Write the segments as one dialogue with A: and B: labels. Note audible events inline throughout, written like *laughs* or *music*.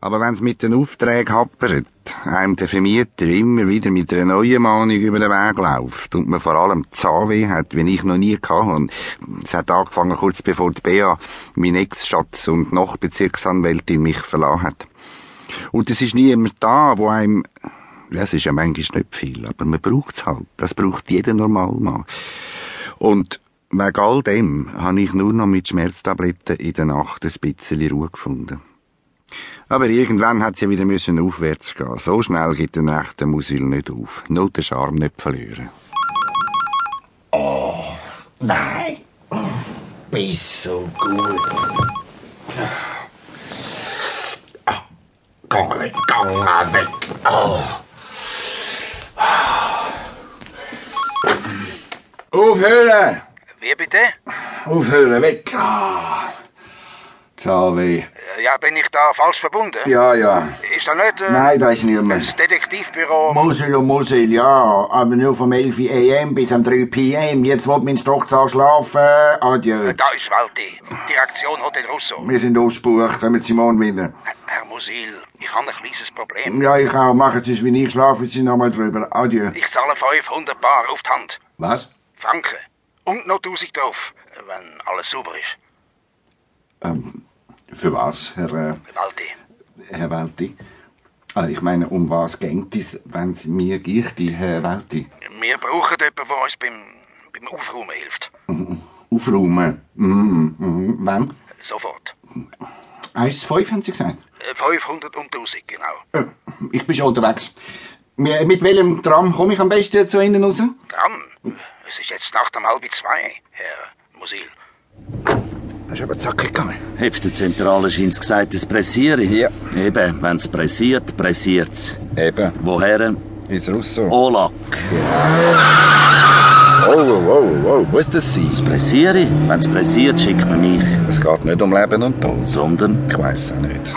A: Aber wenn's mit den Aufträgen happert, einem der Vermieter immer wieder mit einer neuen Mahnung über den Weg läuft und man vor allem Zahnweh hat, wie ich noch nie gehabt habe. Es hat angefangen kurz bevor die Bea, mein Ex-Schatz und Nachbezirksanwältin, mich verlassen hat. Und es ist niemand da, wo einem... Ja, es ist ja manchmal nicht viel, aber man braucht's halt. Das braucht jeder Normalmann. Und wegen all dem habe ich nur noch mit Schmerztabletten in der Nacht ein bisschen Ruhe gefunden. Aber irgendwann hat sie wieder müssen aufwärts gehen. So schnell geht der rechte Musil nicht auf. Nur den Charme nicht verlieren.
B: Oh, nein. Bist so gut. Ah, Geh mal weg, geh mal weg. Oh. Aufhören,
C: Wie bitte?
B: aufhören, weg. Ah. Zahnweh.
C: Äh, Ja, bin ich da falsch verbunden?
B: Ja, ja.
C: Ist da nicht äh,
B: Nein, da ist niemand.
C: das Detektivbüro?
B: Mosel und Mosel, ja. Aber nur vom 11 am bis am 3 pm. Jetzt wird mein Stockzahl schlafen. Adieu.
C: Da ist Walti, Direktion Hotel Russo.
B: Wir sind ausgebucht. Kommen Sie morgen wieder.
C: Herr Musil, ich habe ein kleines Problem.
B: Ja, ich auch. Machen Sie es wie ich. Schlafen Sie nochmal drüber. Adieu.
C: Ich zahle 500 Bar auf die Hand.
B: Was?
C: Franken. Und noch 1000 drauf, wenn alles sauber ist.
B: Ähm, für was, Herr, äh,
C: Walti,
B: Herr Welti? Ah, ich meine, um was geht es, wenn es mir geht, Herr Welti?
C: wir brauchen jemanden, der uns beim, beim Aufräumen hilft.
B: Aufräumen. Mhm, mhm. Wann?
C: Sofort.
B: 1,5 haben Sie gesagt.
C: Äh, 500 und 1000, genau.
B: Äh, ich bin schon unterwegs. Mit mit welchem Tram komme ich am besten zu Ihnen raus?
C: Tram. Es ist jetzt Nacht um halb zwei, Herr Musil.
B: Das ist aber zackig gegangen.
D: Hebst der Zentrale scheint's gesagt, es pressiere?
A: Ja.
D: Eben, wenn's pressiert, pressiert's.
A: Eben,
D: Woher?
A: ist Russo.
D: Olak.
A: Oh, oh, oh, oh, muss das sein?
D: Pressiere? Wenn's pressiert, schickt man mich.
A: Es geht nicht um Leben und Tod.
D: Sondern,
A: Ich weiß auch nicht.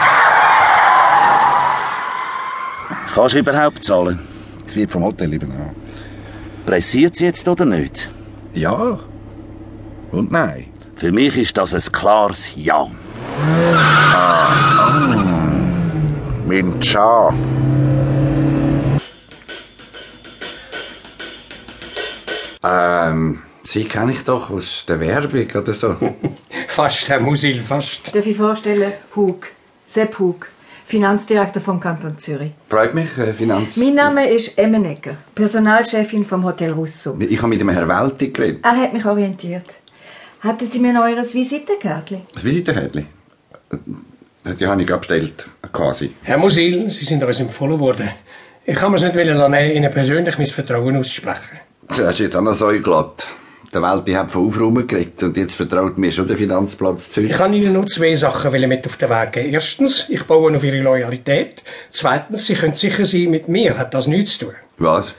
D: kannst du überhaupt zahlen?
A: Es wird vom Hotel übernommen.
D: Pressiert's jetzt oder nicht?
A: Ja. Und nein.
D: Für mich ist das ein klares Ja.
A: Mein Ciao. Ähm, sie kenne ich doch aus der Werbung oder *laughs* so.
E: Fast, Herr Musil, fast.
F: Darf ich vorstellen, Hug, Sepp Hug, Finanzdirektor vom Kanton Zürich.
A: Freut mich, äh, Finanz.
F: Mein Name ist Emmenegger, Personalchefin vom Hotel Russo.
A: ich habe mit dem Herrn Welti geredet.
F: Er hat mich orientiert. Hatten Sie mir noch Ihr Visitenkärtchen?
A: Das Visitenkärtchen. Äh, Die habe ich abgestellt, quasi.
E: Herr Musil, Sie sind uns empfohlen worden. Ich kann mir's nicht wollen lassen, Ihnen persönlich mein Vertrauen auszusprechen.
A: Das ist jetzt auch noch so glatt. Der Welti hat von Aufräumen geredet und jetzt vertraut mir schon der Finanzplatz
E: Ich
A: Zürich.
E: kann Ihnen nur zwei Sachen wollen mit auf den Weg geben. Erstens, ich baue auf Ihre Loyalität. Zweitens, Sie können sicher sein, mit mir hat das nichts zu tun.
A: Was?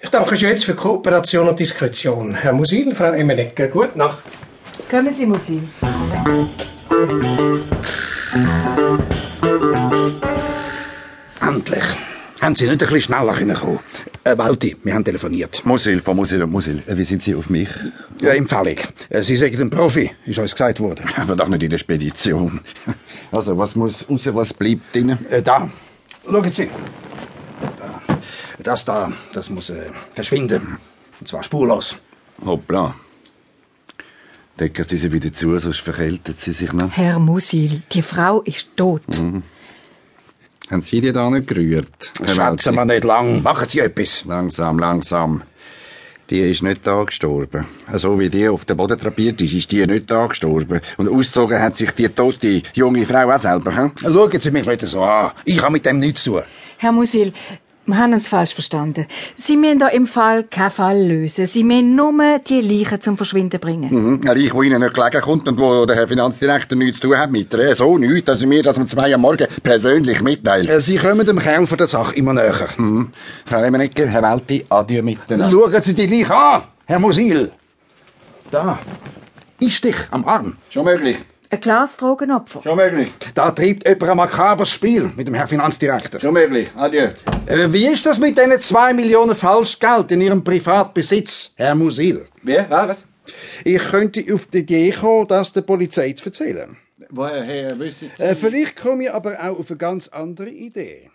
E: Ich danke schon jetzt für Kooperation und Diskretion. Herr Musil, Frau Emmenegger, gute Nacht.
F: Kommen Sie, Musil.
G: Endlich. Haben Sie nicht ein bisschen schneller kommen können? Äh, Walti, wir haben telefoniert.
A: Musil, von Musil und Musil. Äh, Wie sind Sie auf mich?
G: Ja, Empfehlung. Äh, Sie sagen ein Profi, ist uns gesagt worden.
A: Aber doch nicht in der Spedition. *laughs* Also, was muss raus, was bleibt drinnen?
G: Äh, da. Schauen Sie. Da. Das da, das muss äh, verschwinden. Und zwar spurlos.
A: Hoppla. Decken Sie sie wieder zu, sonst verkältet sie sich noch.
F: Herr Musil, die Frau ist tot.
A: Haben Sie die da nicht gerührt? Herr
G: Schätzen wir
A: Welti?
G: nicht lang. Machen Sie etwas.
A: Langsam, langsam. Die ist nicht da gestorben. So wie die auf dem Boden trapiert ist, ist die nicht da gestorben. Und ausgezogen hat sich die tote junge Frau auch selber. Hm?
G: Schauen Sie mich nicht so an. Ich habe mit dem nichts zu tun.
F: Herr Musil, wir haben es falsch verstanden. Sie müssen da im Fall keinen Fall lösen. Sie müssen nur die Leichen zum Verschwinden bringen.
A: Mhm. Ein Reich, wo Ihnen nicht gelegen kommt und wo der Herr Finanzdirektor nichts zu tun hat mit ihr. So nichts, dass er mir das um zwei am Morgen persönlich mitteilt.
G: Äh, Sie kommen dem Kern von der Sache immer näher. Hm?
A: Frau Lemmenegger, Herr Welti, adieu miteinander.
G: Schauen Sie die gleich an, Herr Musil. Da. Ein Stich am Arm.
A: Schon möglich,
F: Ein klares Drogenopfer.
A: schon möglich,
G: Da treibt jemand ein makabres Spiel mit dem Herrn Finanzdirektor.
A: schon möglich, adieu.
G: Äh, wie ist das mit diesen zwei Millionen Falschgeld in Ihrem Privatbesitz, Herr Musil?
A: Wer? Was?
G: Ich könnte auf die Idee kommen, das der Polizei zu erzählen.
H: Woher wissen Sie?
G: Äh, vielleicht komme ich aber auch auf eine ganz andere Idee.